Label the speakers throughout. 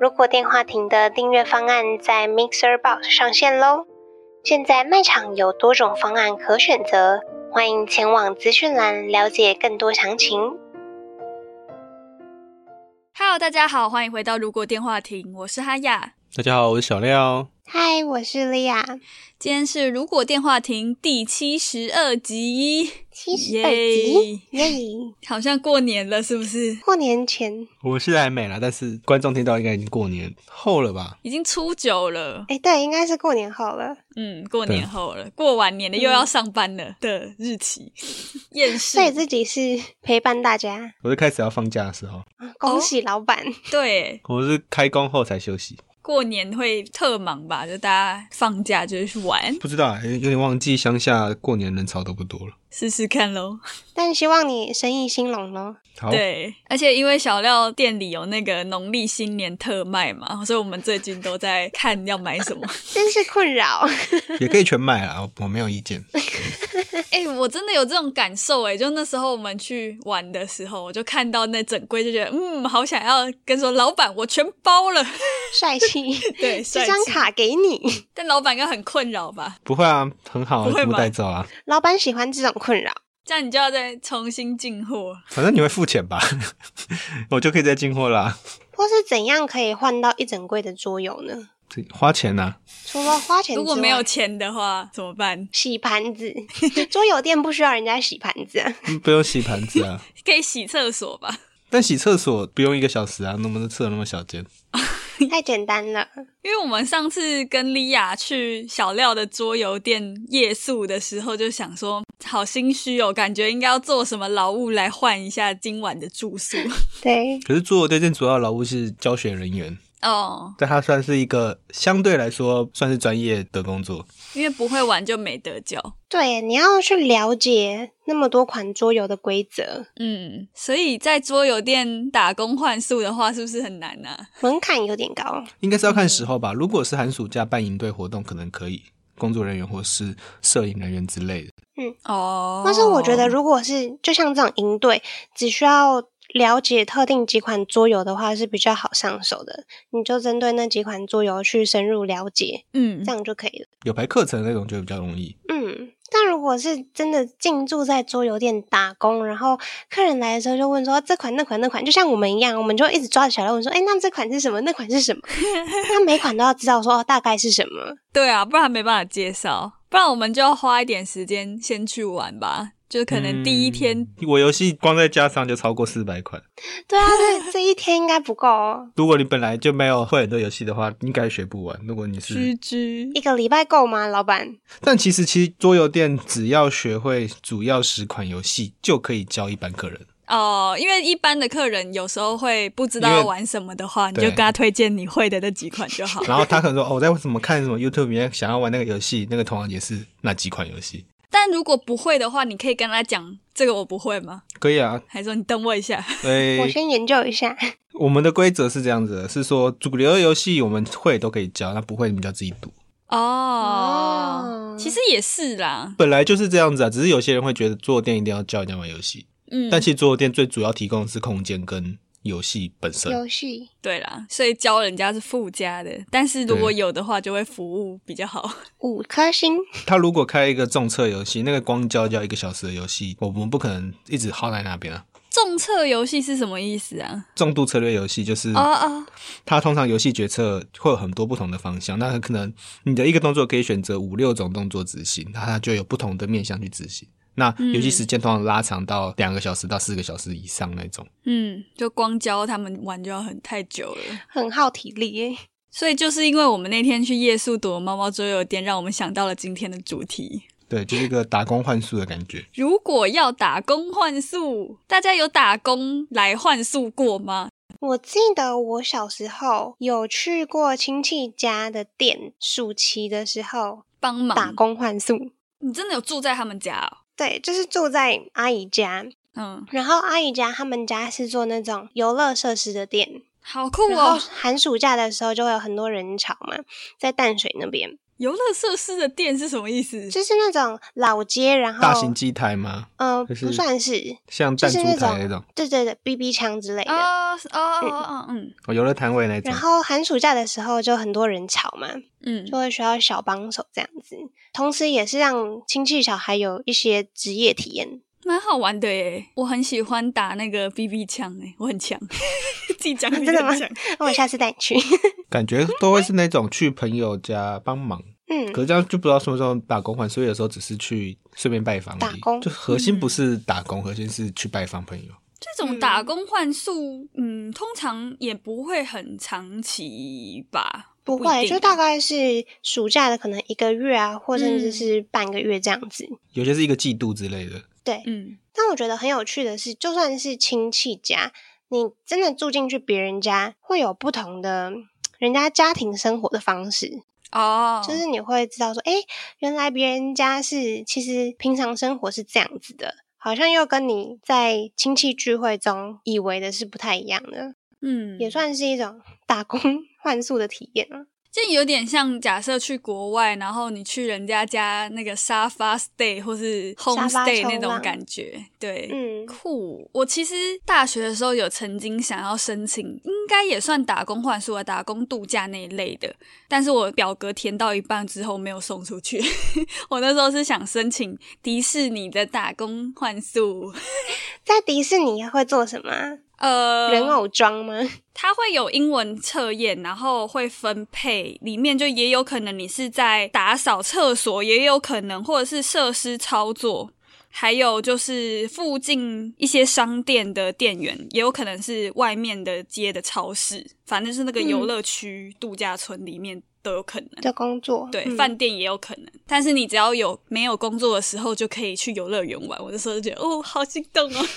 Speaker 1: 如果电话亭的订阅方案在 Mixer Box 上线喽。现在卖场有多种方案可选择，欢迎前往资讯栏了解更多详情。
Speaker 2: Hello，大家好，欢迎回到《如果电话亭》，我是哈雅。
Speaker 3: 大家好，我是小廖。
Speaker 1: 嗨，我是莉亚，
Speaker 2: 今天是《如果电话亭》第七十二集，
Speaker 1: 七十二集，耶！
Speaker 2: 好像过年了，是不是？
Speaker 1: 过年前，
Speaker 3: 我是还美啦，但是观众听到应该已经过年后了吧？
Speaker 2: 已经初九了，
Speaker 1: 哎，对，应该是过年后了。
Speaker 2: 嗯，过年后了，过完年了又要上班了的日期，厌世
Speaker 1: 所。以自己是陪伴大家，
Speaker 3: 我是开始要放假的时候，
Speaker 2: 哦
Speaker 1: 啊恭喜老板。
Speaker 2: 对，
Speaker 3: 我是开工后才休息，
Speaker 2: 过年会特忙吧？就大家放假就是去玩，
Speaker 3: 不知道、欸、有点忘记乡下过年人潮都不多了。
Speaker 2: 试试看喽。
Speaker 1: 但希望你生意兴隆喽。
Speaker 3: 好，
Speaker 2: 对，而且因为小料店里有那个农历新年特卖嘛，所以我们最近都在看要买什么。
Speaker 1: 真是困扰。
Speaker 3: 也可以全买啦，我我没有意见。
Speaker 2: 哎、我真的有这种感受哎、就那时候我们去玩的时候，我就看到那整柜，就觉得嗯，好想要跟说老板，我全包了。
Speaker 1: 帅气，
Speaker 2: 对，
Speaker 1: 这
Speaker 2: 帅
Speaker 1: 张
Speaker 2: 气，
Speaker 1: 卡给你。
Speaker 2: 但老板应该很困扰吧？
Speaker 3: 不会啊，很好，
Speaker 2: 不会吧
Speaker 3: 全部带走啊，
Speaker 1: 老板喜欢这种困扰，
Speaker 2: 这样你就要再重新进货。
Speaker 3: 反正你会付钱吧， 我就可以再进货啦。
Speaker 1: 或是怎样可以换到一整柜的桌游呢？
Speaker 3: 这花钱呐、啊，
Speaker 1: 除了花钱之外，
Speaker 2: 如果没有钱的话怎么办？
Speaker 1: 洗盘子， 桌游店不需要人家洗盘子、 啊，
Speaker 3: 嗯不用洗盘子啊，
Speaker 2: 可以洗厕所吧？
Speaker 3: 但洗厕所不用一个小时啊，那么厕所那么小间，
Speaker 1: 太简单了。
Speaker 2: 因为我们上次跟莉亚去小廖的桌游店夜宿的时候，就想说好心虚哦，感觉应该要做什么劳务来换一下今晚的住宿
Speaker 1: 对，
Speaker 3: 可是做对店主要的劳务是教学人员，
Speaker 2: 哦，
Speaker 3: 但它算是一个相对来说算是专业的工作。
Speaker 2: 因为不会玩就没得教。
Speaker 1: 对，你要去了解那么多款桌游的规则，
Speaker 2: 嗯，所以在桌游店打工换宿的话，是不是很难啊？
Speaker 1: 门槛有点高。
Speaker 3: 应该是要看时候吧。如果是寒暑假办营队活动，可能可以，工作人员或是摄影人员之类的。
Speaker 2: 哦
Speaker 1: 但是我觉得，如果是就像这种营队，只需要了解特定几款桌游的话是比较好上手的，你就针对那几款桌游去深入了解，
Speaker 2: 嗯
Speaker 1: 这，样就可以了。
Speaker 3: 有排课程那种就比较容易。
Speaker 1: 嗯，但如果是真的进驻在桌游店打工，然后客人来的时候就问说啊这款那款那款，就像我们一样，我们就一直抓着小廖问说，哎，那这款是什么？那款是什么？ 他每款都要知道说、哦、大概是什么。
Speaker 2: 对啊，不然没办法介绍，不然我们就要花一点时间先去玩吧。就可能第一天，
Speaker 3: 嗯我游戏光在加上就超过四百款。
Speaker 1: 对啊，这这一天应该不够哦，
Speaker 3: 如果你本来就没有会很多游戏的话，应该学不完。如果你
Speaker 2: 居
Speaker 3: 是，
Speaker 2: 居
Speaker 1: 一个礼拜够吗，老板？
Speaker 3: 但其实其实桌游店只要学会主要十款游戏，就可以教一般 客人。
Speaker 2: 哦，因为一般的客人有时候会不知道
Speaker 3: 因为
Speaker 2: 要玩什么的话，你就
Speaker 3: 对
Speaker 2: 跟他推荐你会的那几款就 好。
Speaker 3: 然后他可能说：“哦，我在什么看什么 YouTube 里面想要玩那个游戏，那个同行也是那几款游戏。
Speaker 2: 但如果不会的话，你可以跟他讲这个我不会吗？”
Speaker 3: 可以啊，
Speaker 2: 还说你等我一下。
Speaker 3: 对。
Speaker 1: 我先研究一下。
Speaker 3: 我们的规则是这样子的，是说主流的游戏我们会都可以教，那不会你们就要自己读。
Speaker 2: 哦
Speaker 1: 哦，
Speaker 2: 其实也是啦，
Speaker 3: 本来就是这样子啊，只是有些人会觉得桌游店一定要教人家玩游戏，
Speaker 2: 嗯，
Speaker 3: 但其实桌游店最主要提供的是空间跟游戏本身。
Speaker 1: 游戏
Speaker 2: 对啦，所以教人家是附加的，但是如果
Speaker 3: 对
Speaker 2: 有的话，就会服务比较好。
Speaker 1: 五颗星，
Speaker 3: 他如果开一个重测游戏，那个光教教一个小时的游戏，我们不可能一直耗在那边啊。
Speaker 2: 重测游戏是什么意思啊？
Speaker 3: 重度策略游戏就是
Speaker 2: 哦哦，
Speaker 3: 它通常游戏决策会有很多不同的方向，那可能你的一个动作可以选择五六种动作执行，那它就有不同的面向去执行。那游戏时间通常拉长到两个小时到四个小时以上那种。
Speaker 2: 嗯，就光教他们玩就要很太久了。
Speaker 1: 很耗体力耶。
Speaker 2: 所以就是因为我们那天去夜宿躲猫猫桌游店，让我们想到了今天的主题。
Speaker 3: 对，就是一个打工换宿的感觉。
Speaker 2: 如果要打工换宿，大家有打工来换宿过吗？
Speaker 1: 我记得我小时候有去过亲戚家的店，暑期的时候
Speaker 2: 帮
Speaker 1: 打
Speaker 2: 忙。
Speaker 1: 工换宿。
Speaker 2: 你真的有住在他们家哦？
Speaker 1: 对，就是住在阿姨家，
Speaker 2: 嗯，
Speaker 1: 然后阿姨家他们家是做那种游乐设施的店，
Speaker 2: 好酷
Speaker 1: 然后
Speaker 2: 哦！
Speaker 1: 寒暑假的时候就会有很多人潮嘛，在淡水那边，
Speaker 3: 嗯
Speaker 2: 游乐设施的店是什么意思？
Speaker 1: 就是那种老街，然后
Speaker 3: 大型机台吗？
Speaker 1: 呃
Speaker 3: 还是
Speaker 1: 不算是，
Speaker 3: 像
Speaker 1: 就
Speaker 3: 弹珠
Speaker 1: 是那
Speaker 3: 台那
Speaker 1: 种
Speaker 3: 种，
Speaker 1: 对对对，BB 枪之类的。
Speaker 2: 哦哦哦哦，嗯
Speaker 3: 哦，游乐摊位那种
Speaker 1: 然。后寒暑假的时候就很多人吵嘛，
Speaker 2: 嗯
Speaker 1: 就，会需要小帮手这样子，同时也是让亲戚小孩有一些职业体验。
Speaker 2: 蛮好玩的耶！我很喜欢打那个 BB 枪诶，我很强， 自己讲自己
Speaker 1: 真的吗
Speaker 2: 讲。
Speaker 1: 那我下次带你去。
Speaker 3: 感觉都会是那种去朋友家帮忙，
Speaker 1: 嗯
Speaker 3: 可，是这样就不知道什么时候打工还，所以有时候只是去顺便拜访而已。
Speaker 1: 打工
Speaker 3: 就核心不是打工，核心是去拜访朋友。
Speaker 2: 这种打工换宿，嗯，通常也不会很长期吧？
Speaker 1: 不
Speaker 2: 一
Speaker 1: 会，
Speaker 2: 定
Speaker 1: 就大概是暑假的可能一个月啊，或甚至
Speaker 2: 嗯
Speaker 1: 是半个月这样子。
Speaker 3: 有些是一个季度之类的，
Speaker 1: 对，
Speaker 2: 嗯，
Speaker 1: 但我觉得很有趣的是，就算是亲戚家，你真的住进去别人家，会有不同的嗯人家家庭生活的方式，
Speaker 2: 哦，
Speaker 1: 就是你会知道说，哎，原来别人家是其实平常生活是这样子的。好像又跟你在亲戚聚会中以为的是不太一样的，
Speaker 2: 嗯，
Speaker 1: 也算是一种打工 换宿的体验啊。
Speaker 2: 这有点像假设去国外，然后你去人家家那个沙发 stay 或是 home
Speaker 1: 沙发
Speaker 2: stay
Speaker 1: 冲
Speaker 2: 那种
Speaker 1: 浪
Speaker 2: 感觉，对，
Speaker 1: 嗯
Speaker 2: 酷。我其实大学的时候有曾经想要申请，应该也算打工换宿啊，打工度假那一类的，但是我表格填到一半之后没有送出去。 我那时候是想申请迪士尼的打工换宿，
Speaker 1: 在迪士尼会做什么啊？
Speaker 2: 呃，
Speaker 1: 人偶装吗？
Speaker 2: 它会有英文测验，然后会分配，里面就也有可能你是在打扫厕所，也有可能或者是设施操作，还有就是附近一些商店的店员，也有可能是外面的街的超市，反正是那个游乐区、度假村里面都有可能。
Speaker 1: 的工作？
Speaker 2: 对，
Speaker 1: 嗯
Speaker 2: 饭店也有可能，但是你只要有没有工作的时候，就可以去游乐园玩。 我那时候就觉得，哦，好心动哦！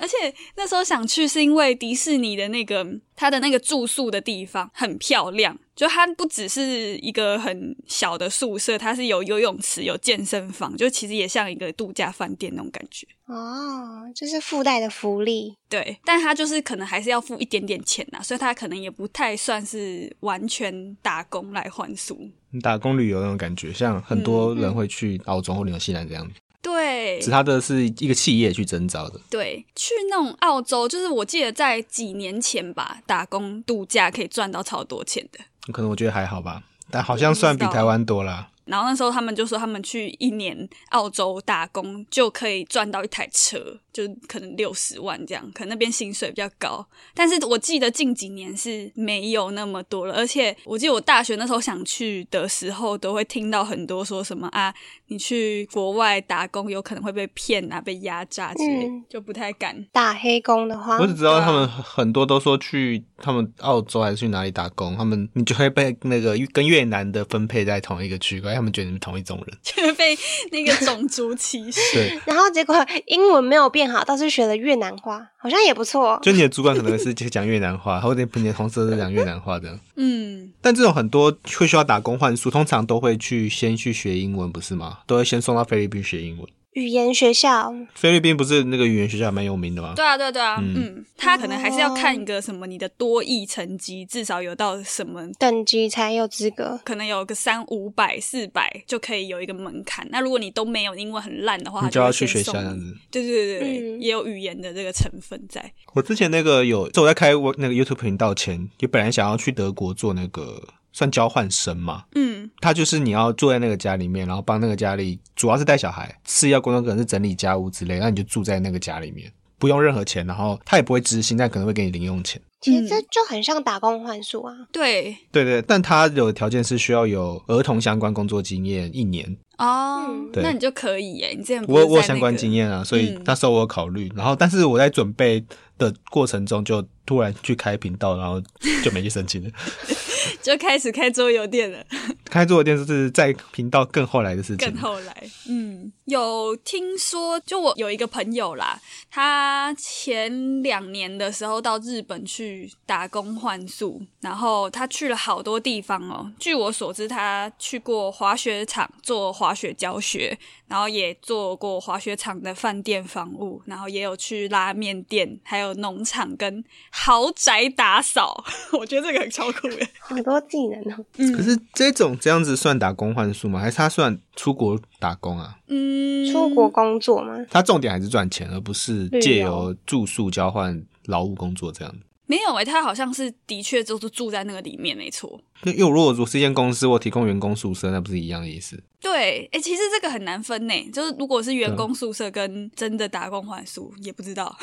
Speaker 2: 而且那时候想去，是因为迪士尼的那个它的那个住宿的地方很漂亮，就它不只是一个很小的宿舍，它是有游泳池、有健身房，就其实也像一个度假饭店那种感觉。
Speaker 1: 哦，就是附带的福利。
Speaker 2: 对，但它就是可能还是要付一点点钱呐、所以它可能也不太算是完全打工来换宿。
Speaker 3: 打工旅游那种感觉，像很
Speaker 2: 嗯
Speaker 3: 多人会去澳洲或纽西兰这样，
Speaker 2: 对，
Speaker 3: 只是他的是一个企业去征招的。
Speaker 2: 对，去那种澳洲，就是我记得在几年前吧，打工度假可以赚到超多钱的。
Speaker 3: 可能我觉得还好吧，但好像算比
Speaker 2: 我不知道
Speaker 3: 台湾多啦。
Speaker 2: 然后那时候他们就说，他们去一年澳洲打工就可以赚到一台车，就可能六十万这样，可能那边薪水比较高。但是我记得近几年是没有那么多了，而且我记得我大学那时候想去的时候，都会听到很多说什么啊，你去国外打工有可能会被骗啊，被压榨之类，
Speaker 1: 嗯
Speaker 2: 就不太敢。
Speaker 1: 打黑工的
Speaker 2: 啊
Speaker 1: 话
Speaker 3: 我，只知道他们很多都说去他们澳洲还是去哪里打工，他们你就会被那个跟越南的分配在同一个区块，他们觉得你们同一种 人。
Speaker 2: 就是被那个种族歧视。
Speaker 3: 对，
Speaker 1: 然后结果英文没有变好，倒是学了越南话，好像也不错。
Speaker 3: 就你的主管可能是讲越南话，或者你的同事都是讲越南话的。
Speaker 2: 嗯，
Speaker 3: 但这种很多会需要打工换宿，通常都会去先去学英文，不是吗？都会先送到菲律宾学英文。
Speaker 1: 语言学校，
Speaker 3: 菲律宾不是那个语言学校还蛮有名的吗？
Speaker 2: 对啊，对啊，对啊，
Speaker 3: 嗯
Speaker 2: 嗯，他可能还是要看一个什么你的多亿成绩，至少有到什么。
Speaker 1: 等级才有资格。
Speaker 2: 可能有个三五百、四百就可以有一个门槛。那如果你都没有，英文很烂的话，
Speaker 3: 你
Speaker 2: 他
Speaker 3: 就
Speaker 2: 会
Speaker 3: 要去
Speaker 2: 先
Speaker 3: 学校
Speaker 2: 送
Speaker 3: 这样
Speaker 2: 你
Speaker 3: 子。
Speaker 2: 对对对对，
Speaker 1: 嗯
Speaker 2: 也有语言的这个成分在。
Speaker 3: 我之前那个有，就我在开我那个 YouTube 频道前，也本来想要去德国做那个算交换生嘛，
Speaker 2: 嗯，
Speaker 3: 他就是你要住在那个家里面，然后帮那个家里，主要是带小孩，次要工作可能是整理家务之类，那你就住在那个家里面，不用任何钱，然后他也不会知心，但可能会给你零用钱。
Speaker 1: 其实这
Speaker 3: 嗯
Speaker 1: 就很像打工换宿啊。
Speaker 2: 对
Speaker 3: 对对，但他有条件是需要有儿童相关工作经验一年，
Speaker 2: 哦，
Speaker 1: 嗯
Speaker 3: 对
Speaker 2: 那你就可以耶。你之前不
Speaker 3: 我
Speaker 2: 是
Speaker 3: 有我有
Speaker 2: 在
Speaker 3: 相
Speaker 2: 那
Speaker 3: 关
Speaker 2: 个
Speaker 3: 经验啊，所以
Speaker 2: 嗯
Speaker 3: 那时候我有考虑，然后但是我在准备的过程中就突然去开频道，然后就没去申请了。
Speaker 2: 就开始开桌游店了。
Speaker 3: 刚才做的电视是在频道更后来的事情
Speaker 2: 更。后来，嗯，有听说，就我有一个朋友啦，他前两年的时候到日本去打工换宿，然后他去了好多地方哦。据我所知，他去过滑雪场做滑雪教学，然后也做过滑雪场的饭店房务，然后也有去拉面店，还有农场跟豪宅打扫。 我觉得这个超酷的，
Speaker 1: 好多技能哦。
Speaker 2: 嗯
Speaker 3: 可是这种这样子算打工换宿吗？还是他算出国打工啊？
Speaker 2: 嗯，
Speaker 1: 出国工作吗？
Speaker 3: 他重点还是赚钱，而不是
Speaker 1: 旅游
Speaker 3: 借
Speaker 2: 哦
Speaker 3: 由住宿交换劳务工作这样子。
Speaker 2: 没有诶、欸他好像是的确就是住在那个里面，没错。
Speaker 3: 那因为如果说是一间公司，我提供员工宿舍，那不是一样的意思？
Speaker 2: 对，哎、其实这个很难分呢，就是如果是员工宿舍跟真的打工还宿，也不知道。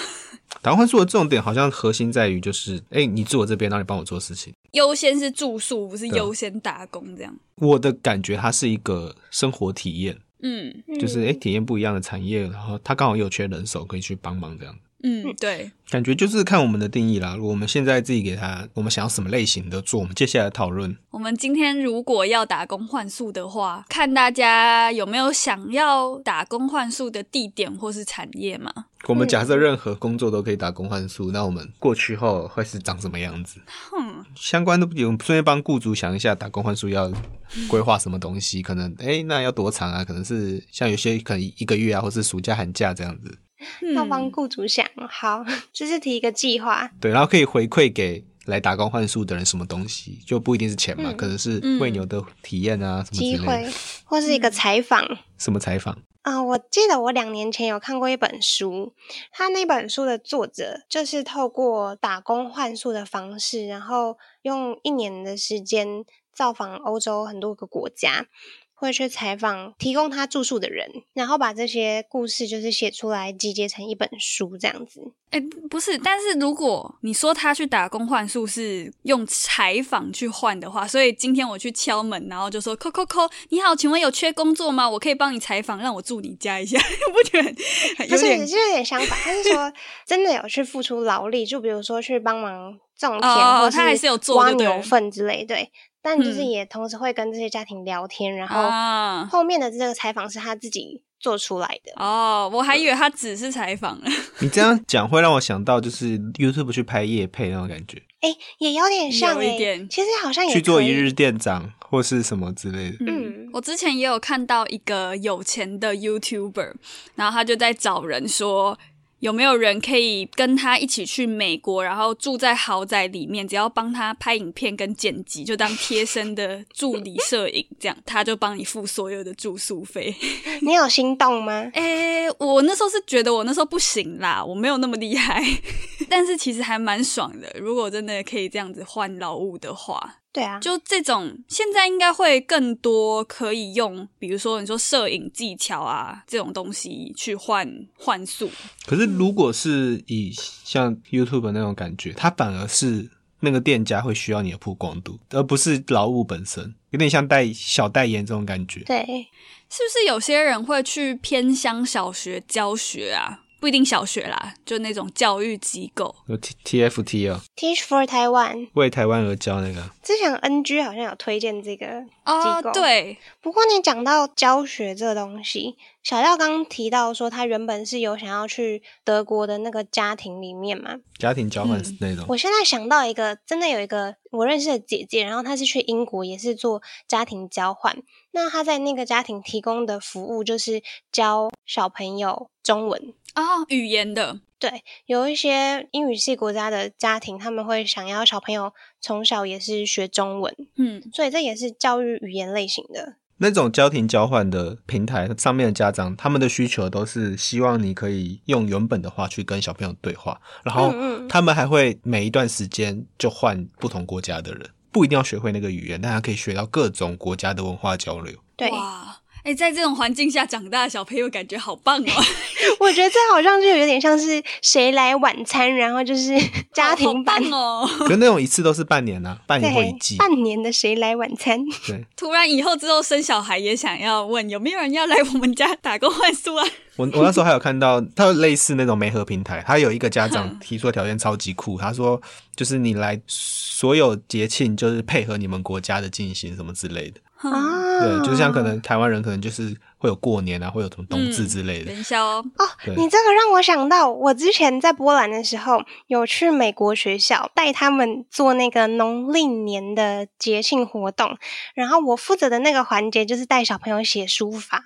Speaker 3: 打工换宿的重点好像核心在于就是，哎、你住我这边，然后你帮我做事情。
Speaker 2: 优先是住宿，不是
Speaker 3: 对
Speaker 2: 优先打工这样。
Speaker 3: 我的感觉，它是一个生活体验，
Speaker 2: 嗯
Speaker 3: 就是
Speaker 1: 嗯
Speaker 3: 哎、诶体验不一样的产业，然后它刚好也有缺人手可以去帮忙这样。
Speaker 2: 嗯，对，
Speaker 3: 感觉就是看我们的定义啦。如果我们现在自己给他，我们想要什么类型的做，我们接下来讨论。
Speaker 2: 我们今天如果要打工换宿的话，看大家有没有想要打工换宿的地点或是产业嘛？
Speaker 3: 我们假设任何工作都可以打工换宿，那我们过去后会是长什么样子？
Speaker 2: 哼，
Speaker 3: 相关的，我们顺便帮雇主想一下，打工换宿要规划什么东西？可能哎、诶那要多长啊？可能是像有些可能一个月啊，或是暑假寒假这样子。
Speaker 1: 要帮
Speaker 2: 嗯，
Speaker 1: 雇主想好， 就是提一个计划，
Speaker 3: 对，然后可以回馈给来打工换宿的人什么东西，就不一定是钱嘛，
Speaker 1: 嗯
Speaker 3: 可能是
Speaker 2: 嗯
Speaker 3: 喂牛的体验啊，什么
Speaker 1: 机
Speaker 3: 之类
Speaker 1: 会
Speaker 3: 的，
Speaker 1: 或是一个采访。
Speaker 3: 什么采访。
Speaker 1: 啊、我记得我两年前有看过一本书，他那本书的作者就是透过打工换宿的方式，然后用一年的时间造访欧洲很多个国家，会去采访提供他住宿的人，然后把这些故事就是写出来，集结成一本书这样子。
Speaker 2: 哎、不是，但是如果你说他去打工换宿是用采访去换的话，所以今天我去敲门，然后就说“扣扣扣，你好，请问有缺工作吗？我可以帮你采访，让我住你家一下。”不觉得很
Speaker 1: 不
Speaker 2: 有
Speaker 1: 是，
Speaker 2: 点
Speaker 1: 是有点相反。他是 说真的有去付出劳力，就比如说去帮忙种田，
Speaker 2: 哦
Speaker 1: 或
Speaker 2: 他还是有做
Speaker 1: 挖
Speaker 2: 就对
Speaker 1: 牛
Speaker 2: 了
Speaker 1: 粪之类，对。但就是
Speaker 2: 嗯
Speaker 1: 也同时会跟这些家庭聊天，然后
Speaker 2: 啊？
Speaker 1: 后面的这个采访是他自己做出来的。
Speaker 2: 哦，我还以为他只是采访了。
Speaker 3: 你这样讲会让我想到，就是 YouTube 去拍夜配那种感觉，
Speaker 1: 哎、也有点像、
Speaker 2: 有
Speaker 1: 哎，
Speaker 2: 一点
Speaker 1: 其实好像也
Speaker 3: 去做
Speaker 1: 可以
Speaker 3: 一日店长或是什么之类的。
Speaker 1: 嗯
Speaker 2: 我之前也有看到一个有钱的 YouTuber，然后他就在找人说。有没有人可以跟他一起去美国，然后住在豪宅里面，只要帮他拍影片跟剪辑，就当贴身的助理摄影，这样他就帮你付所有的住宿费。
Speaker 1: 你有心动 吗？
Speaker 2: 诶、我那时候是觉得我那时候不行啦，我没有那么厉害， 但是其实还蛮爽的。如果真的可以这样子换劳务的话，
Speaker 1: 对啊，
Speaker 2: 就这种，现在应该会更多可以用，比如说你说摄影技巧啊这种东西去换换宿。
Speaker 3: 可是如果是以像 YouTube 那种感觉，它反而是那个店家会需要你的曝光度，而不是劳务本身，有点像代小代言这种感觉。
Speaker 1: 对，
Speaker 2: 是不是有些人会去偏乡小学教学啊？不一定小学啦，就那种教育机构。
Speaker 3: 有 T T F T 哦，
Speaker 1: Teach for Taiwan
Speaker 3: 为台湾而教那个，
Speaker 1: 之前 NG 好像有推荐这个
Speaker 2: 哦
Speaker 1: 机构，
Speaker 2: 对，
Speaker 1: 不过你讲到教学这东西，小廖刚提到说他原本是有想要去德国的那个家庭里面嘛。
Speaker 3: 家庭交换
Speaker 2: 嗯
Speaker 3: 那种。
Speaker 1: 我现在想到一个，真的有一个我认识的姐姐，然后她是去英国也是做家庭交换。那她在那个家庭提供的服务就是教小朋友中文。
Speaker 2: 哦，语言的，
Speaker 1: 对，有一些英语系国家的家庭，他们会想要小朋友从小也是学中文，
Speaker 2: 嗯，
Speaker 1: 所以这也是教育语言类型的。
Speaker 3: 那种家庭交换的平台上面的家长，他们的需求都是希望你可以用原本的话去跟小朋友对话，然后
Speaker 1: 嗯嗯
Speaker 3: 他们还会每一段时间就换不同国家的人，不一定要学会那个语言，但他可以学到各种国家的文化交流。
Speaker 1: 对，
Speaker 2: 哇，哎、在这种环境下长大的小朋友感觉好 棒哦，
Speaker 1: 我觉得这好像就有点像是谁来晚餐，然后就是 家庭版
Speaker 2: 好棒哦。
Speaker 3: 可是那种一次都是半年 啊，半年或一
Speaker 1: 对
Speaker 3: 季，
Speaker 1: 半年的谁来晚餐，
Speaker 3: 对。
Speaker 2: 突然以后之后生小孩也想要问有没有人要来我们家打工换宿啊？
Speaker 3: 我我那时候还有看到，它有类似那种媒合平台，它有一个家长提出的条件超级酷，他说就是你来所有节庆就是配合你们国家的进行什么之类的，
Speaker 2: 哼
Speaker 3: 对，
Speaker 1: 啊，嗯
Speaker 3: 就是像可能台湾人可能就是会有过年啊，会有什么冬至之类的，
Speaker 2: 等一下哦，
Speaker 1: 哦，
Speaker 3: 对
Speaker 1: 你这个让我想到，我之前在波兰的时候，有去美国学校带他们做那个农历年的节庆活动，然后我负责的那个环节就是带小朋友写书法，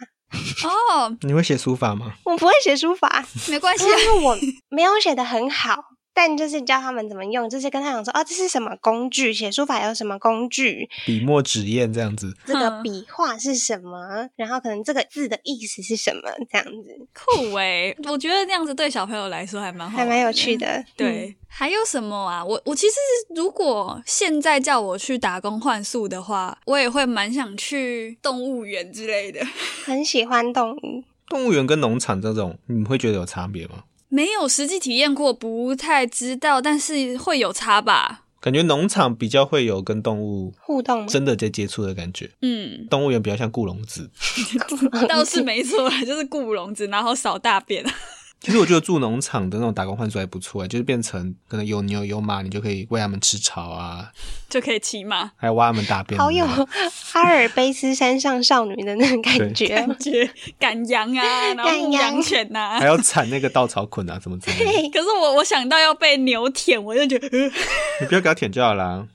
Speaker 2: 哦，
Speaker 3: 你会写书法吗？
Speaker 1: 我不会写书法，
Speaker 2: 没关系
Speaker 1: 因
Speaker 2: 啊，
Speaker 1: 为 我没有写的很好。但就是教他们怎么用，就是跟他讲说，哦，这是什么工具，写书法有什么工具，
Speaker 3: 笔墨纸砚这样子，
Speaker 1: 这个
Speaker 2: 嗯
Speaker 1: 笔画是什么，然后可能这个字的意思是什么，这样子
Speaker 2: 酷哎、 我觉得那样子对小朋友来说还蛮好，
Speaker 1: 还蛮有趣。的。
Speaker 2: 哦
Speaker 1: 嗯
Speaker 2: 对，还有什么啊？我我其实是如果现在叫我去打工换宿的话，我也会蛮想去动物园之类的。
Speaker 1: 嗯，很喜欢动物。
Speaker 3: 动物园跟农场这种，你会觉得有差别吗？
Speaker 2: 没有实际体验过，不太知道，但是会有差吧？
Speaker 3: 感觉农场比较会有跟动物
Speaker 1: 互动吗？
Speaker 3: 真的在接触的感觉，
Speaker 2: 嗯，
Speaker 3: 动物园比较像雇笼子。
Speaker 2: 倒是没错啦， 就是雇笼子，然后扫大便。
Speaker 3: 其实我觉得住农场的那种打工换宿还不错、欸，就是变成可能有牛有马，你就可以喂它们吃草啊，
Speaker 2: 就可以骑马，
Speaker 3: 还挖它们大便。啊
Speaker 1: 好 有阿尔卑斯山上少女的那种感觉。
Speaker 2: 感觉赶羊啊，然后
Speaker 1: 赶
Speaker 2: 牧
Speaker 1: 羊
Speaker 2: 羊犬呐、
Speaker 3: 还要铲那个稻草捆啊，什么之类的，
Speaker 1: 啊 嘿，
Speaker 2: 可是我我想到要被牛舔，我就觉得、呃、
Speaker 3: 你不要给它舔就好啦。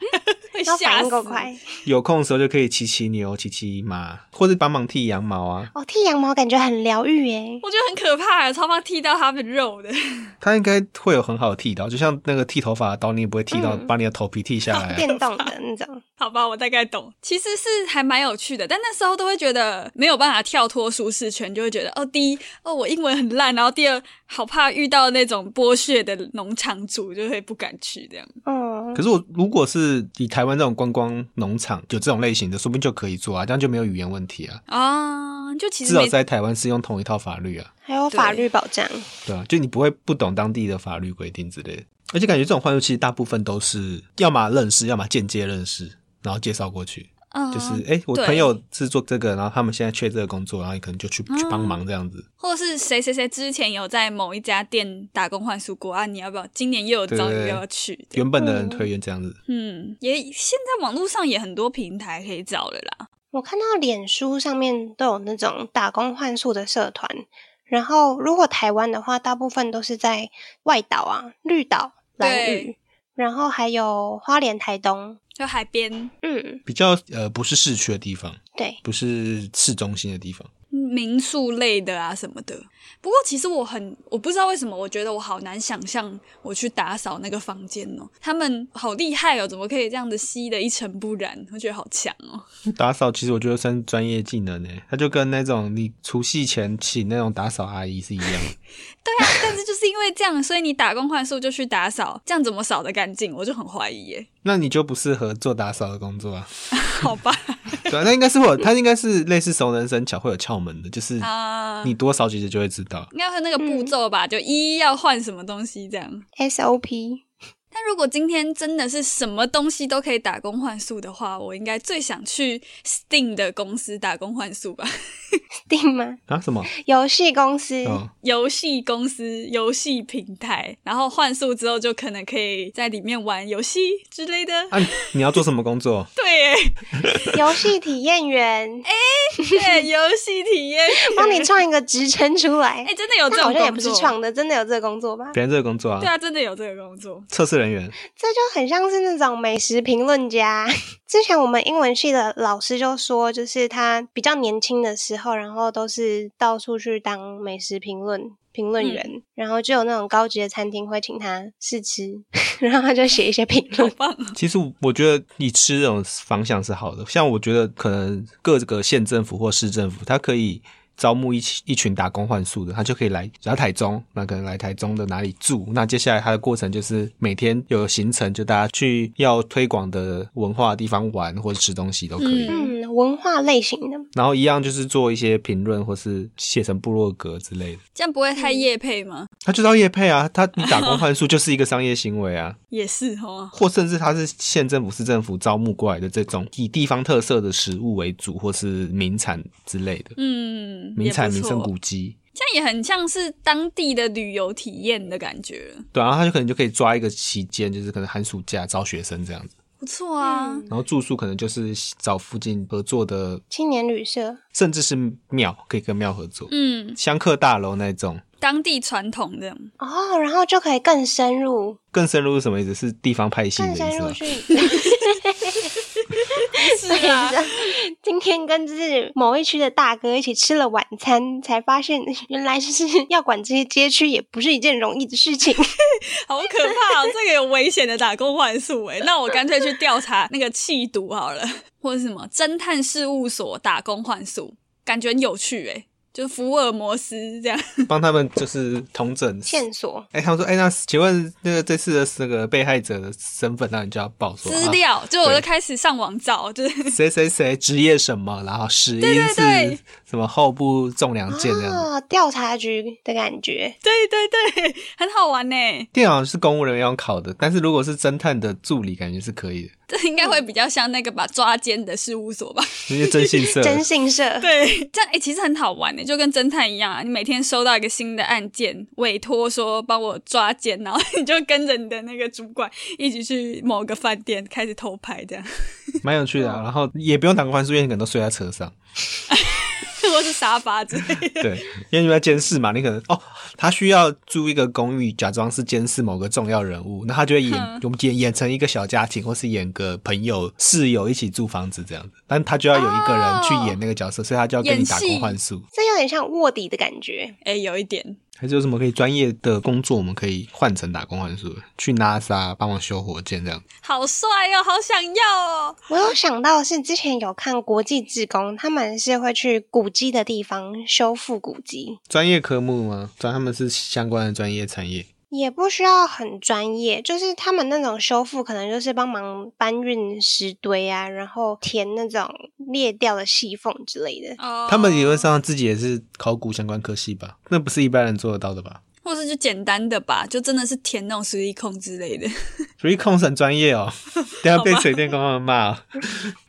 Speaker 2: 会
Speaker 1: 要
Speaker 2: 吓
Speaker 1: 反
Speaker 2: 死。
Speaker 1: 应够快
Speaker 3: 有空的时候就可以骑骑牛、骑骑马，或是帮忙剃羊毛啊。
Speaker 1: 哦！剃羊毛感觉很疗愈耶。
Speaker 2: 我觉得很可怕，超怕剃到他们肉的。
Speaker 3: 它应该会有很好的剃刀，就像那个剃头发的刀，你也不会剃到、
Speaker 1: 嗯
Speaker 3: 把你的头皮剃下 来、啊。
Speaker 1: 电动的那种，
Speaker 2: 好吧，我大概懂。其实是还蛮有趣的，但那时候都会觉得没有办法跳脱舒适圈，就会觉得哦，第一，哦，我英文很烂，然后第二，好怕遇到那种剥削的农场主，就会不敢去这样。
Speaker 1: 嗯
Speaker 3: 可，是我如果是以台湾这种观光农场有这种类型的，说不定就可以做啊，这样就没有语言问题啊。
Speaker 2: 啊，就其
Speaker 3: 至
Speaker 2: 实
Speaker 3: 少
Speaker 2: 没
Speaker 3: 在台湾是用同一套法律啊，
Speaker 1: 还有法律保障，
Speaker 3: 对啊，就你不会不懂当地的法律规定之类的。而且感觉这种换术器大部分都是要么认识，要么间接认识，然后介绍过去。
Speaker 2: 嗯
Speaker 3: 就是哎、诶我
Speaker 2: 对
Speaker 3: 朋友是做这个，然后他们现在缺这个工作，然后你可能就去
Speaker 2: 嗯
Speaker 3: 去帮忙这样子。
Speaker 2: 或是谁谁谁之前有在某一家店打工换宿过啊？你要不要？今年又有招，
Speaker 3: 对对
Speaker 2: 你
Speaker 3: 对
Speaker 2: 要不要去？
Speaker 3: 原本的人推荐这样子，
Speaker 2: 嗯，也现在网络上也很多平台可以找了啦。
Speaker 1: 我看到脸书上面都有那种打工换宿的社团，然后如果台湾的话，大部分都是在外岛啊、绿岛、兰屿
Speaker 2: 对，
Speaker 1: 然后还有花莲、台东，
Speaker 2: 就海边
Speaker 1: 嗯，
Speaker 3: 比较呃不是市区的地方，
Speaker 1: 对，
Speaker 3: 不是市中心的地方。
Speaker 2: 民宿类的啊什么的。不过其实我很，我不知道为什么，我觉得我好难想象我去打扫那个房间哦。他们好厉害哦，怎么可以这样子吸的一尘不染？我觉得好强 哦。
Speaker 3: 打扫其实我觉得算是专业技能呢，它就跟那种你除夕前请那种打扫阿姨是 一样的。
Speaker 2: 对啊，但是就是因为这样，所以你打工换宿就去打扫，这样怎么扫得干净？我就很怀疑耶。
Speaker 3: 那你就不适合做打扫的工作啊，
Speaker 2: 好 吧，
Speaker 3: 对啊，那应该是 会有，它应该是类似熟能生巧，会有窍门的，就是
Speaker 2: 啊、
Speaker 3: 你多扫几次就会知道。
Speaker 2: 应该会那个步骤吧，就一要换什么东西这样。
Speaker 1: SOP
Speaker 2: 但如果今天真的是什么东西都可以打工换宿的话，我应该最想去 Steam 的公司打工换宿吧，
Speaker 1: 定吗？
Speaker 3: 啊什么？
Speaker 1: 游戏公司，
Speaker 3: 哦，
Speaker 2: 游戏公司、游戏平台，然后换宿之后就可能可以在里面玩游戏之类的。
Speaker 3: 啊，你要做什么工作？
Speaker 2: 对耶，
Speaker 1: 游戏体验员，
Speaker 2: 对，游戏体验，
Speaker 1: 帮你创一个职称出来
Speaker 2: 哎、。真的有这
Speaker 1: 但
Speaker 2: 种
Speaker 1: 好像也
Speaker 2: 工
Speaker 1: 不是
Speaker 2: 作？
Speaker 1: 创的，真的有这个工作吧？
Speaker 3: 别人这个工作
Speaker 2: 对
Speaker 3: 啊，
Speaker 2: 啊，真的有这个工作。
Speaker 3: 测试人员。
Speaker 1: 这就很像是那种美食评论家。之前我们英文系的老师就说，就是他比较年轻的时候，然后都是到处去当美食评论评论
Speaker 2: 嗯
Speaker 1: 员，然后就有那种高级的餐厅会请他试吃， 然后他就写一些评
Speaker 2: 好
Speaker 1: 论。
Speaker 2: 棒哦！
Speaker 3: 其实我觉得你吃这种方向是好的，像我觉得可能各个县政府或市政府，它可以招募一起一群打工换宿的，他就可以来，然后台中，那可能来台中的哪里住，那接下来他的过程就是每天有行程，就大家去要推广的文化的地方玩或者吃东西都可以。
Speaker 2: 嗯
Speaker 1: 嗯，文化类型的，
Speaker 3: 然后一样就是做一些评论，或是写成部落格之类的。
Speaker 2: 这样不会
Speaker 1: 嗯
Speaker 2: 太夜配吗？
Speaker 3: 他就到业配啊，他你打工换宿就是一个商业行为啊，
Speaker 2: 也是哦，
Speaker 3: 或甚至他是县政府、市政府招募过来的这种以地方特色的食物为主，或是名产之类的，
Speaker 2: 嗯，
Speaker 3: 名产、
Speaker 2: 也
Speaker 3: 名
Speaker 2: 不错
Speaker 3: 胜古迹。
Speaker 2: 这样也很像是当地的旅游体验的感觉，
Speaker 3: 对啊，然后他就可能就可以抓一个期间，就是可能寒暑假招学生这样子，
Speaker 2: 不错啊。
Speaker 1: 嗯
Speaker 3: 然后住宿可能就是找附近合作的，
Speaker 1: 青年旅社，
Speaker 3: 甚至是庙，可以跟庙合作，
Speaker 2: 嗯，
Speaker 3: 香客大楼那种。
Speaker 2: 当地传统这 样，
Speaker 1: 哦，然后就可以更深入，
Speaker 3: 更深入是什么意思？是地方派系的
Speaker 1: 更
Speaker 3: 意
Speaker 1: 深
Speaker 3: 思
Speaker 1: 入
Speaker 3: 吗？
Speaker 1: 去。
Speaker 2: 是 啊，
Speaker 1: 今天跟就是某一区的大哥一起吃了晚餐，才发现哎原来就是要管这些街区也不是一件容易的事情。
Speaker 2: 好可怕、哦，这个有危险的打工幻术哎。那我干脆去调查那个弃毒好了， 或者什么侦探事务所打工幻术，感觉很有趣哎，就福尔摩斯这样。
Speaker 3: 帮他们就是 同整
Speaker 1: 线索
Speaker 3: 哎、他们说，哎、那请问那个这次的那个被害者的身份，那你就要报说
Speaker 2: 资
Speaker 3: 啊
Speaker 2: 料，就我就
Speaker 3: 对
Speaker 2: 开始上网找，就是
Speaker 3: 谁谁谁职业什么，然后死因
Speaker 2: 对对，
Speaker 3: 是什么后部中两箭这样子。
Speaker 1: 啊，调查局的感觉
Speaker 2: 对对对，很好玩欸呢。
Speaker 3: 电脑是公务人员要考的，但是如果是侦探的助理，感觉是可以的，
Speaker 2: 这应该会比较像那个把抓奸的事务所吧？
Speaker 3: 那些征信 社。
Speaker 1: 征信 社。
Speaker 2: 对，这样哎、诶其实很好玩的，就跟侦探一样啊。你每天收到一个新的案件，委托说帮我抓奸，然后你就跟着你的那个主管一起去某个饭店开始偷拍，这样
Speaker 3: 蛮有趣的啊、
Speaker 2: 哦
Speaker 3: 然后也不用打工换宿，因为你可能都睡在车上，
Speaker 2: 或是沙发之类 的。
Speaker 3: 对，因为你们在监视嘛，你可能哦，他需要租一个公寓，假装是监视某个重要人物，那他就会演，
Speaker 2: 嗯
Speaker 3: 我们演演成一个小家庭，或是演个朋友、室友一起住房子这样子，但他就要有一个人去演那个角色，所以他就要跟你打
Speaker 2: 演戏
Speaker 3: 工换宿。
Speaker 1: 这有点像卧底的感觉，
Speaker 2: 哎、有一点，
Speaker 3: 还是有什么可以专业的工作，我们可以换成打工换宿，去 NASA 帮忙修火箭这样。
Speaker 2: 好帅哦，好想要哦。
Speaker 1: 我有想到是之前有看国际志工，他们是会去古迹的地方修复古迹，
Speaker 3: 专业科目吗？专他们是相关的专业产业。
Speaker 1: 也不需要很专业，就是他们那种修复，可能就是帮忙搬运石堆啊，然后填那种裂掉的细缝之类的。
Speaker 2: 哦，
Speaker 3: 他们理论，上自己也是考古相关科系吧？那不是一般人做得到的吧
Speaker 2: 或是就简单的吧，就真的是填那种实力控之类的。
Speaker 3: 所以控很专业哦，等下被水电工他们骂、哦。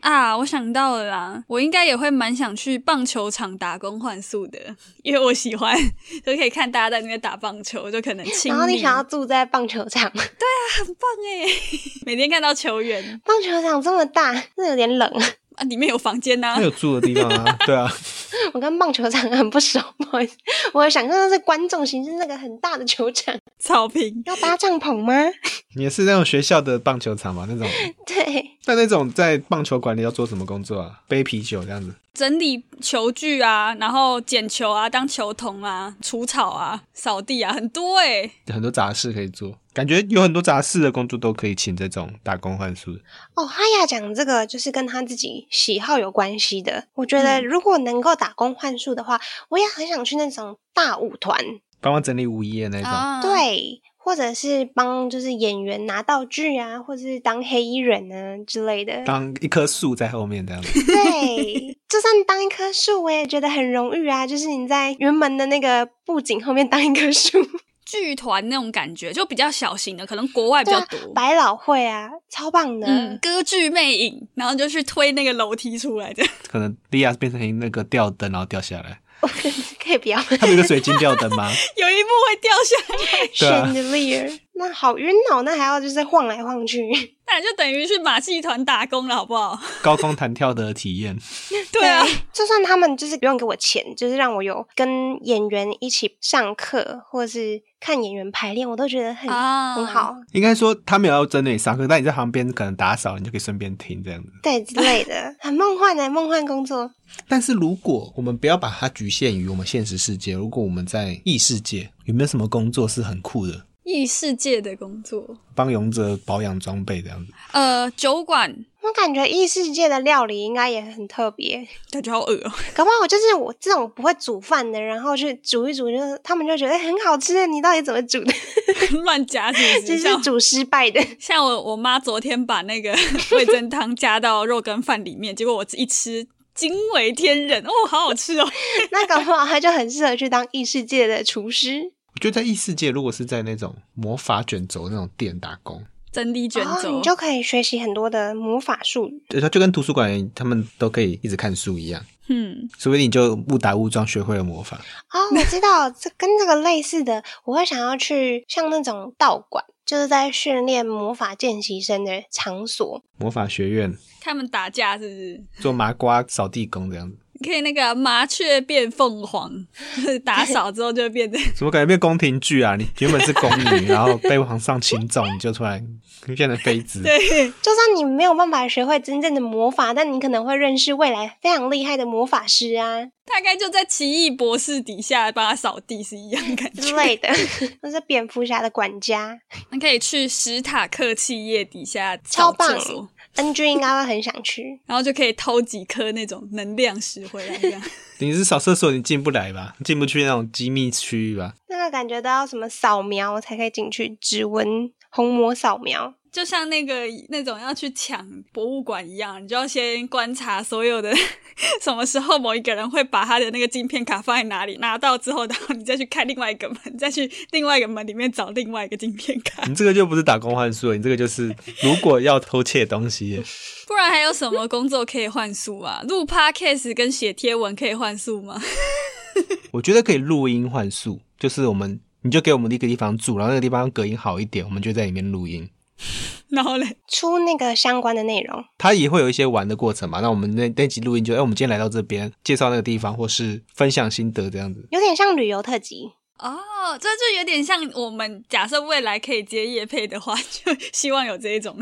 Speaker 2: 啊，我想到了啦，我应该也会蛮想去棒球场打工换宿的，因为我喜欢， 就可以看大家在那边打棒球，就可能亲。
Speaker 1: 然后你想要住在棒球场，
Speaker 2: 很棒哎， 每天看到球员
Speaker 1: 棒球场这么大，这有点冷。
Speaker 2: 啊，里面有房间呐、
Speaker 3: 他有住的地方啊，对啊，
Speaker 1: 我跟棒球场很不熟，不好意思。我想象的是观众席，就是那个很大的球场，
Speaker 2: 草坪，
Speaker 1: 要搭帐篷吗？
Speaker 3: 也是那种学校的棒球场嘛，那种。
Speaker 1: 对，
Speaker 3: 那那种在棒球馆里要做什么工作啊？背啤酒这样子，
Speaker 2: 整理球具啊，然后捡球啊，当球童啊，除草啊，扫地啊，很多哎。
Speaker 3: 很多杂事可以做，感觉有很多杂事的工作都可以请这种打工换宿的。
Speaker 1: 哦，哈雅讲这个就是跟他自己喜好有关系的。我觉得
Speaker 2: 嗯
Speaker 1: 如果能够打工换宿的话，我也很想去那种大舞团。
Speaker 3: 帮忙整理午夜那种。
Speaker 2: 啊，
Speaker 1: 对，或者是帮就是演员拿道具啊，或者是当黑衣人啊之类的。
Speaker 3: 当一棵树在后面这样子，
Speaker 1: 对，就算当一棵树，我也觉得很荣誉啊。就是你在云门的那个布景后面当一棵树，
Speaker 2: 剧团那种感觉就比较小型的，可能国外比
Speaker 1: 对
Speaker 2: 较
Speaker 1: 啊
Speaker 2: 多。，
Speaker 1: 百老汇啊，超棒的。
Speaker 2: 嗯，歌剧魅影，然后就去推那个楼梯出来这样。
Speaker 3: 可能莉亚变成那个吊灯，然后掉下来。
Speaker 1: 可以 不要吗
Speaker 3: 他们有个水晶吊灯吗？
Speaker 2: 有一幕会掉下来，
Speaker 3: 对啊
Speaker 1: chandelier，那好晕哦，那还要就是晃来晃去。
Speaker 2: 那就等于去马戏团打工了，好不 好？
Speaker 3: 高空弹跳的体验，
Speaker 2: 对啊，
Speaker 1: 就算他们就是不用给我钱，就是让我有跟演员一起上课，或是看演员排练，我都觉得很、
Speaker 2: 啊
Speaker 1: 很好。
Speaker 3: 应该说他们也要针对你上课，但你在旁边可能打扫，你就可以顺便听这样子。
Speaker 1: 对之类的，很梦幻的梦幻工作。
Speaker 3: 但是如果我们不要把它局限于我们现实世界，如果我们在异世界，有没有什么工作是很酷的？
Speaker 2: 异世界的工作，
Speaker 3: 帮勇者保养装备这样子。
Speaker 2: 呃，酒馆
Speaker 1: 我感觉异世界的料理应该也很特别，
Speaker 2: 感觉好恶哦、
Speaker 1: 搞不好就是我这种不会煮饭的，然后去煮一煮就，是他们就觉得、欸很好吃，你到底怎么煮的？
Speaker 2: 乱夹是不？
Speaker 1: 就是是
Speaker 2: 像
Speaker 1: 煮失败的。
Speaker 2: 像我我妈昨天把那个 味噌汤加到肉羹饭里面，结果我一吃惊为天人哦，好好吃哦！
Speaker 1: 那搞不好他就很适合去当异世界的厨师。
Speaker 3: 我觉得在异世界，如果是在那种魔法卷轴那种店打工，
Speaker 2: 真理卷
Speaker 1: 哦，
Speaker 2: 轴、
Speaker 1: 你就可以学习很多的魔法术语。
Speaker 3: 对，它就跟图书馆他们都可以一直看书一样，
Speaker 2: 嗯，
Speaker 3: 说不定你就误打误撞学会了魔法。
Speaker 1: 哦，我知道，这跟这个类似的，我会想要去像那种道馆，就是在训练魔法见习生的场所。
Speaker 3: 魔法学院
Speaker 2: 他们打架是不是？
Speaker 3: 做麻瓜扫地工这样子，
Speaker 2: 你可以那个啊麻雀变凤凰， 打扫之后就会变成
Speaker 3: 怎么感觉变宫廷剧啊？你原本是宫女，然后被皇上亲中，你就突然变成妃子。
Speaker 2: 对，
Speaker 1: 就算你没有办法学会真正的魔法，但你可能会认识未来非常厉害的魔法师啊
Speaker 2: 大概就在奇异博士底下帮他扫地是一样的感
Speaker 1: 之
Speaker 2: 觉。
Speaker 1: 类的，或是蝙蝠侠的管家。
Speaker 2: 你可以去史塔克企业底下
Speaker 1: 超
Speaker 2: 扫
Speaker 1: 棒
Speaker 2: 厕所，
Speaker 1: NG 应该会很想去。
Speaker 2: 然后就可以偷几颗那种能量石回来，这样
Speaker 3: 你是扫厕所，你进不来吧？进不去那种机密区域吧？
Speaker 1: 那个感觉都要什么扫描才可以进去，指纹虹膜扫描。
Speaker 2: 就像那个那种要去抢博物馆一样，你就要先观察所有的 什么时候某一个人会把他的那个晶片卡放在哪里，拿到之后，然后你再去开另外一个门，再去另外一个门里面找另外一个晶片卡，
Speaker 3: 你这个就不是打工换宿了，你这个就是如果要偷窃东西，
Speaker 2: 不然还有什么工作可以换宿啊？录 podcast 跟写贴文可以换宿吗？
Speaker 3: 我觉得可以录音换宿，就是我们你就给我们一个地方住，然后那个地方隔音好一点，我们就在里面录音。
Speaker 2: 然后嘞，
Speaker 1: 出那个相关的内容，
Speaker 3: 它也会有一些玩的过程嘛。那我们那那集录音就，哎、我们今天来到这边，介绍那个地方，或是分享心得这样子。
Speaker 1: 有点像旅游特辑。
Speaker 2: 哦，这就有点像我们假设未来可以接业配的话，就希望有这一种。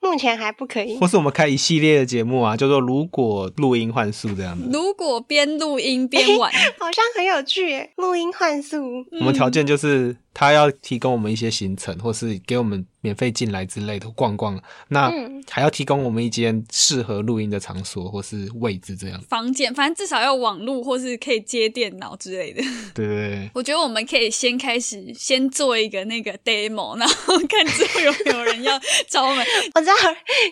Speaker 1: 目前还不可以
Speaker 3: 或，是我们开一系列的节目啊，叫做“如果录音换宿”这样子。
Speaker 2: 如果边录音边玩，
Speaker 1: 好像很有趣耶！录音换宿，
Speaker 3: 我们条件就是他要提供我们一些行程，或是给我们免费进来之类的逛逛。那
Speaker 1: 嗯
Speaker 3: 还要提供我们一间适合录音的场所或是位置这样。
Speaker 2: 房间，反正至少要网路或是可以接电脑之类的。
Speaker 3: 对对对，
Speaker 2: 我觉得我们可以先开始，先做一个那个 demo，然 后看之后有没有人要找我们。
Speaker 1: 我知道，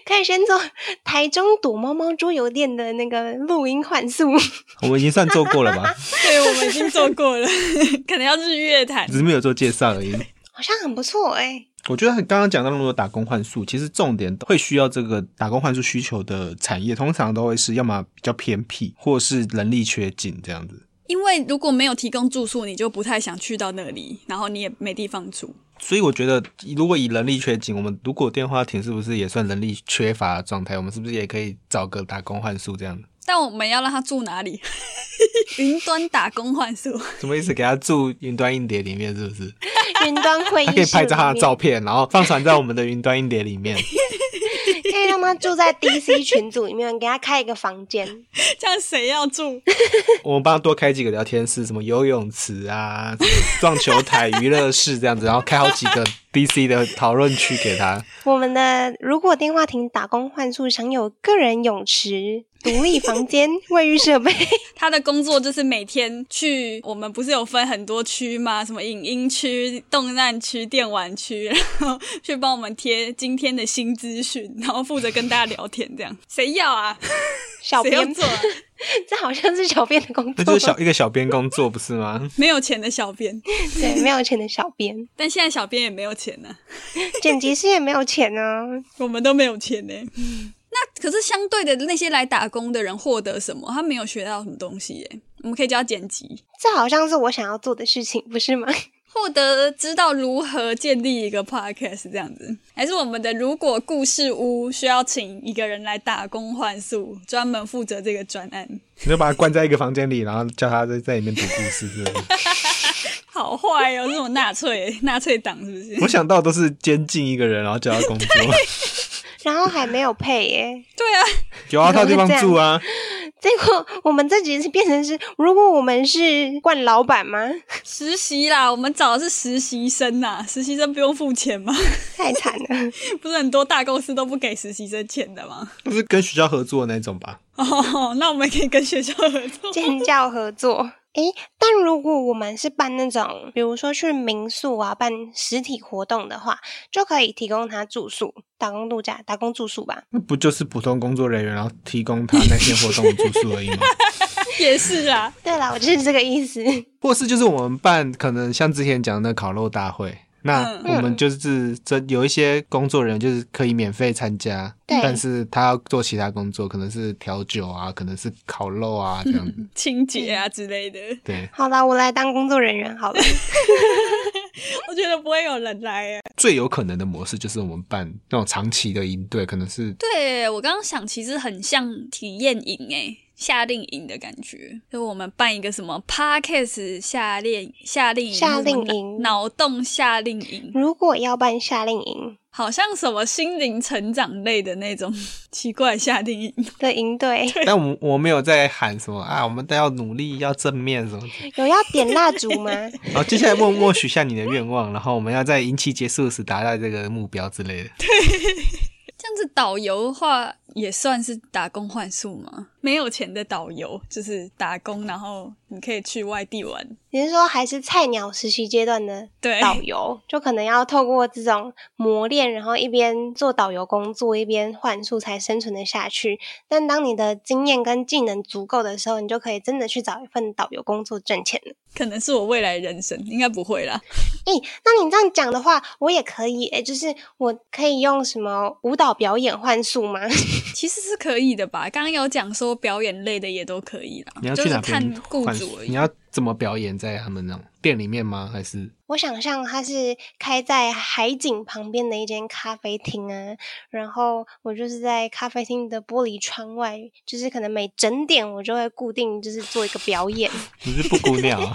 Speaker 1: 可以先做台中躲猫猫桌游店的那个录音换宿，
Speaker 3: 我们已经算做过了吧，
Speaker 2: 对，我们已经做过了， 可能要日月潭
Speaker 3: 只。是没有做介绍而已。
Speaker 1: 好像很不错哎。
Speaker 3: 我觉得刚刚讲到那么多打工换宿，其实重点会需要这个打工换宿需求的产业，通常都会是要么比较偏僻，或是人力缺紧这样子。
Speaker 2: 因为如果没有提供住宿，你就不太想去到那里，然后你也没地方住。
Speaker 3: 所以我觉得，如果以人力缺紧，我们如果电话亭是不是也算人力缺乏的状态？我们是不是也可以找个打工换宿这样？
Speaker 2: 但我们要让他住哪里？ 云端打工换宿，
Speaker 3: 什么意思？给他住云端硬碟里面是不是？
Speaker 1: 云端会议
Speaker 3: 他
Speaker 1: 室
Speaker 3: 可以拍张他的照
Speaker 1: 里
Speaker 3: 片，然后上传在我们的云端硬碟里面。
Speaker 1: 面，可以让他住在 DC 群组里面，给他开一个房间。
Speaker 2: 这样谁要住？
Speaker 3: 我们帮他多开几个聊天室，什么游泳池啊、什么撞球台、娱乐室这样子，然后开好几个 DC 的讨论区给他。
Speaker 1: 我们的如果电话亭打工换宿享有个人泳池、独立房 间、卫浴设备，
Speaker 2: 他的工作就是每天去，我们不是有分很多区吗？什么影音区、动漫区、电玩区，然后去帮我们贴今天的新资讯，然后负责跟大家聊天，这样 谁要啊？
Speaker 1: 小
Speaker 2: 谁要
Speaker 1: 编
Speaker 2: 做、啊？
Speaker 1: 这好像是小编的工
Speaker 3: 那
Speaker 1: 作，
Speaker 3: 就是小一个小编工作，不是吗？
Speaker 2: 没有钱的小编，
Speaker 1: 对没有钱的小编，
Speaker 2: 但现在小编也没有钱呢、
Speaker 1: 剪辑师也没有钱啊。
Speaker 2: 我们都没有钱呢、那可是相对的那些来打工的人获得什么？他没有学到什么东西耶、我们可以教他剪辑，
Speaker 1: 这好像是我想要做的事情，不是吗？
Speaker 2: 获得知道如何建立一个 podcast 这样子，还是我们的如果故事屋需要请一个人来打工换宿，专门负责这个专案，
Speaker 3: 你就把他关在一个房间里，然后叫他在在里面读故事，是不是？
Speaker 2: 好坏哦，这种纳粹 纳粹党是不是？
Speaker 3: 我想到都是监禁一个人，然后叫他工作。
Speaker 1: 然后还没有配耶，
Speaker 2: 对啊，
Speaker 3: 有啊，他有地方住啊，
Speaker 1: 结果我们这集是变成是，如果我们是惯老板吗？
Speaker 2: 实习啦，我们找的是实习生呐，实习生不用付钱吗？
Speaker 1: 太惨了，
Speaker 2: 不是很多大公司都不给实习生钱的吗？
Speaker 3: 不是跟学校合作的那种吧？
Speaker 2: 哦，那我们也可以跟学校合 作。
Speaker 1: 建教合作。诶，但如果我们是办那种，比如说去民宿啊，办实体活动的话，就可以提供他住宿、打工度假、打工住宿吧。
Speaker 3: 那不就是普通工作人员，然后提供他那天活动的住宿而已吗？
Speaker 2: 也是啊啦，
Speaker 1: 对啦，我就是这个意思。
Speaker 3: 或是就是我们办可能像之前讲的那烤肉大会，那
Speaker 2: 嗯
Speaker 3: 我们就是这有一些工作人员就是可以免费参加，
Speaker 1: 对
Speaker 3: 但是他要做其他工作，可能是调酒啊，可能是烤 肉啊这样子。
Speaker 2: 清洁啊之类的，
Speaker 3: 对，
Speaker 1: 好啦，我来当工作人员好 了。
Speaker 2: 我觉得不会有人来啊耶。
Speaker 3: 最有可能的模式就是我们办那种长期的营队，可能是
Speaker 2: 对我刚刚想，其实很像体验营诶。夏令营的感觉，就我们办一个什么 podcast 夏令夏令营，
Speaker 1: 夏令营
Speaker 2: 脑洞夏令营，
Speaker 1: 如果要办夏令营
Speaker 2: 好像什么心灵成长类的那种奇怪夏令营，
Speaker 1: 的营队，
Speaker 3: 但我们我没有在喊什么啊，我们都要努力，要正面什么的。
Speaker 1: 有要点蜡烛 吗？
Speaker 3: 然后接下来默默许下你的愿望，然后我们要在营期结束时达到这个目标之类的。
Speaker 2: 这样子导游的话也算是打工换宿吗？没有钱的导游就是打工，然后你可以去外地玩。
Speaker 1: 你是说还是菜鸟实习阶段的
Speaker 2: 对，
Speaker 1: 导游，就可能要透过这种磨练，然后一边做导游工作，一边换宿才生存的下去。但当你的经验跟技能足够的时候，你就可以真的去找一份导游工作挣钱了。
Speaker 2: 可能是我未来人生，应该不会啦。
Speaker 1: 诶、那你这样讲的话，我也可以诶、就是我可以用什么舞蹈表演换宿吗？
Speaker 2: 其实是可以的吧？刚刚有讲说表演类的也都可以啦，
Speaker 3: 你要
Speaker 2: 就
Speaker 3: 去
Speaker 2: 是
Speaker 3: 哪
Speaker 2: 看
Speaker 3: 边
Speaker 2: 雇
Speaker 3: 换
Speaker 2: 主而已
Speaker 3: 你。要怎么表演在他们那种店里面吗？还是
Speaker 1: 我想象它是开在海景旁边的一间咖啡厅啊，然后我就是在咖啡厅的玻璃窗外，就是可能每整点我就会固定就是做一个表 演，
Speaker 3: 你是布谷鸟、啊？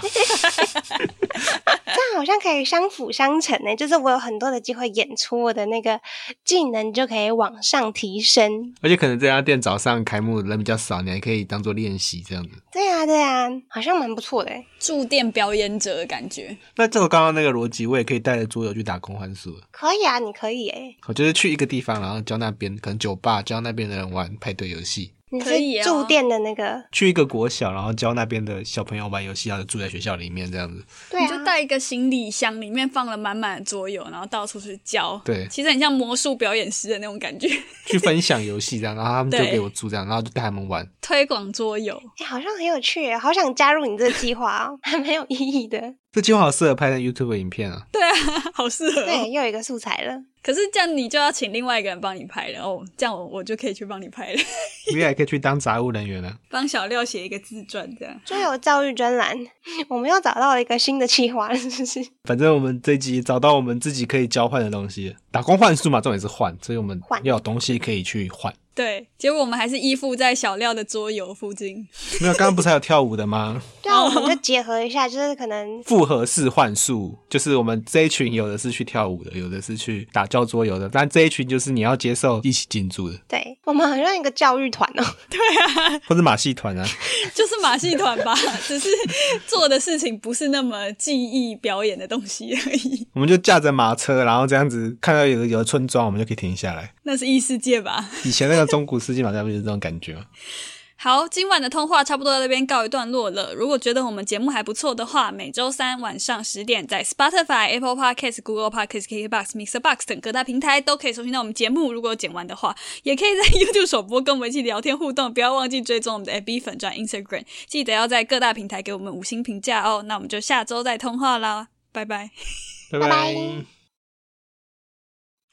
Speaker 1: 这样好像可以相辅相成呢、就是我有很多的机会演出，我的那个技能就可以往上提升。
Speaker 3: 而且可能这家店早上开幕人比较少，你还可以当做练习这样子。
Speaker 1: 对啊，对啊，好像蛮不错的、欸。
Speaker 2: 驻店表演者的感觉，
Speaker 3: 那照刚刚那个逻辑，我也可以带着桌游去打工换宿了。
Speaker 1: 可以啊，你可以诶、
Speaker 3: 我就是去一个地方，然后教那边可能酒吧教那边的人玩派对游戏，
Speaker 1: 你
Speaker 2: 可以
Speaker 1: 是
Speaker 2: 啊
Speaker 1: 住店的那个，
Speaker 3: 去一个国小，然后教那边的小朋友玩游戏，然后住在学校里面这样子。
Speaker 1: 对
Speaker 2: 你
Speaker 1: 啊，
Speaker 2: 就带一个行李箱，里面放了满满的桌游，然后到处去教。
Speaker 3: 对
Speaker 2: 其实很像魔术表演师的那种感觉，
Speaker 3: 去分享游戏这样，然后他们就
Speaker 2: 对
Speaker 3: 给我住这样，然后就带他们玩。
Speaker 2: 推广桌游。
Speaker 1: 诶好像很有趣、欸，好想加入你这个计划哦， 还蛮有意义 的。
Speaker 3: 这计划好适合拍成 YouTube 影片啊！
Speaker 2: 对啊，好适合、哦。
Speaker 1: 对，又有一个素材了。
Speaker 2: 可是这样你就要请另外一个人帮你拍了哦，这样我我就可以去帮你拍了，
Speaker 3: 你也可以去当杂物人员啊了、
Speaker 2: 帮小廖写一个自传这样。
Speaker 1: 桌游教育专栏， 我们又找到了一个新的企划了， 是不是？
Speaker 3: 反正我们这一集找到我们自己可以交换的东西，打工换宿嘛，重点是换，所以我们
Speaker 1: 换
Speaker 3: 要有东西可以去换。
Speaker 2: 对，结果我们还是依附在小廖的桌游附近。
Speaker 3: 没有，刚刚不是还有跳舞的吗？
Speaker 1: 对啊，我们就结合一下，就是可能
Speaker 3: 复合式幻术，就是我们这一群有的是去跳舞的，有的是去打教桌游的，但这一群就是你要接受一起进驻的，
Speaker 1: 对我们好像一个教育团哦。
Speaker 3: 或者马戏团啊。
Speaker 2: 就是马戏团吧，只是做的事情不是那么技艺表演的东西而已。
Speaker 3: 我们就驾着马车，然后这样子看到有的有的村庄，我们就可以停下来。
Speaker 2: 那是异世界吧？
Speaker 3: 以前那个中古世纪马赛不就是这种感觉吗？
Speaker 2: 好，今晚的通话差不多到这边告一段落了。如果觉得我们节目还不错的话，每周三晚上十点在 Spotify、Apple Podcast、Google Podcast、KKBox、Mixer Box 等各大平台都可以收听到我们节目。如果有剪完的话，也可以在 YouTube 首播跟我们一起聊天互动。不要忘记追踪我们的 FB 粉专 Instagram，记得要在各大平台给我们五星评价哦。那我们就下周再通话啦，拜拜。
Speaker 3: 拜
Speaker 1: 拜拜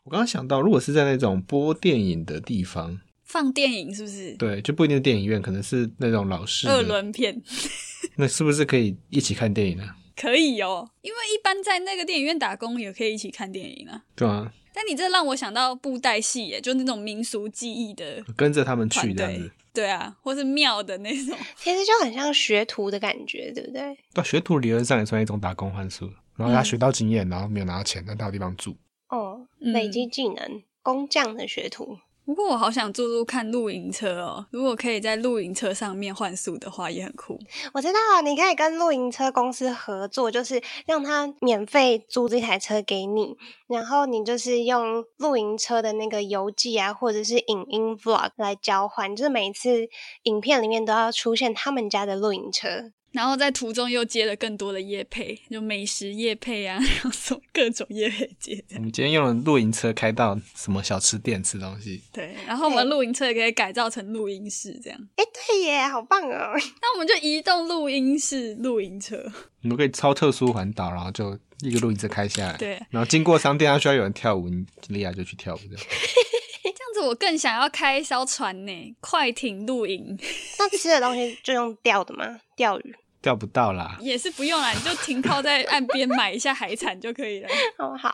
Speaker 3: 我刚刚想到，如果是在那种播电影的地方，
Speaker 2: 放电影是不是？
Speaker 3: 对，就不一定是电影院，可能是那种老式
Speaker 2: 二
Speaker 3: 的，
Speaker 2: 轮片
Speaker 3: 那是不是可以一起看电影啊？
Speaker 2: 可以哦，因为一般在那个电影院打工也可以一起看电影啊。
Speaker 3: 对啊，
Speaker 2: 但你这让我想到布袋戏耶，就那种民俗技艺的
Speaker 3: 跟着他们嗯去
Speaker 2: 团
Speaker 3: 这样子
Speaker 2: 队。，对啊，或是庙的那种。
Speaker 1: 其实就很像学徒的感觉，对不对？
Speaker 3: 到啊学徒理论上也算一种打工换宿，然后他
Speaker 2: 嗯
Speaker 3: 学到经验，然后没有拿到钱，但他有地方住。
Speaker 1: 哦，
Speaker 2: 嗯
Speaker 1: 累积技能，工匠的学徒。
Speaker 2: 不过我好想坐坐看露营车哦，如果可以在露营车上面换宿的话，也很酷。
Speaker 1: 我知道啊你可以跟露营车公司合作，就是让他免费租这台车给你，然后你就是用露营车的那个游记啊，或者是影音 vlog 来交换，就是每一次影片里面都要出现他们家的露营车。
Speaker 2: 然后在途中又接了更多的夜配，就美食夜配啊， 然后什么各种夜配接这
Speaker 3: 我
Speaker 2: 样。
Speaker 3: 们今天用了露营车开到什么小吃店吃东西，
Speaker 2: 对，然后我们露营车也可以改造成录音室这样，
Speaker 1: 哎，对耶，好棒哦！
Speaker 2: 那我们就移动录音室、露营车。
Speaker 3: 你们可以超特殊环岛，然后就一个露营车开下来，
Speaker 2: 对
Speaker 3: 然后经过商店，它需要有人跳舞，你莉亚就去跳舞这样。
Speaker 2: 这样子我更想要开一艘船呢，快艇露 营
Speaker 1: 那吃的东西就用钓的吗？钓鱼？
Speaker 3: 钓不到啦，
Speaker 2: 也是不用啦，你就停靠在岸边买一下海产就可以了。
Speaker 1: 哦，好，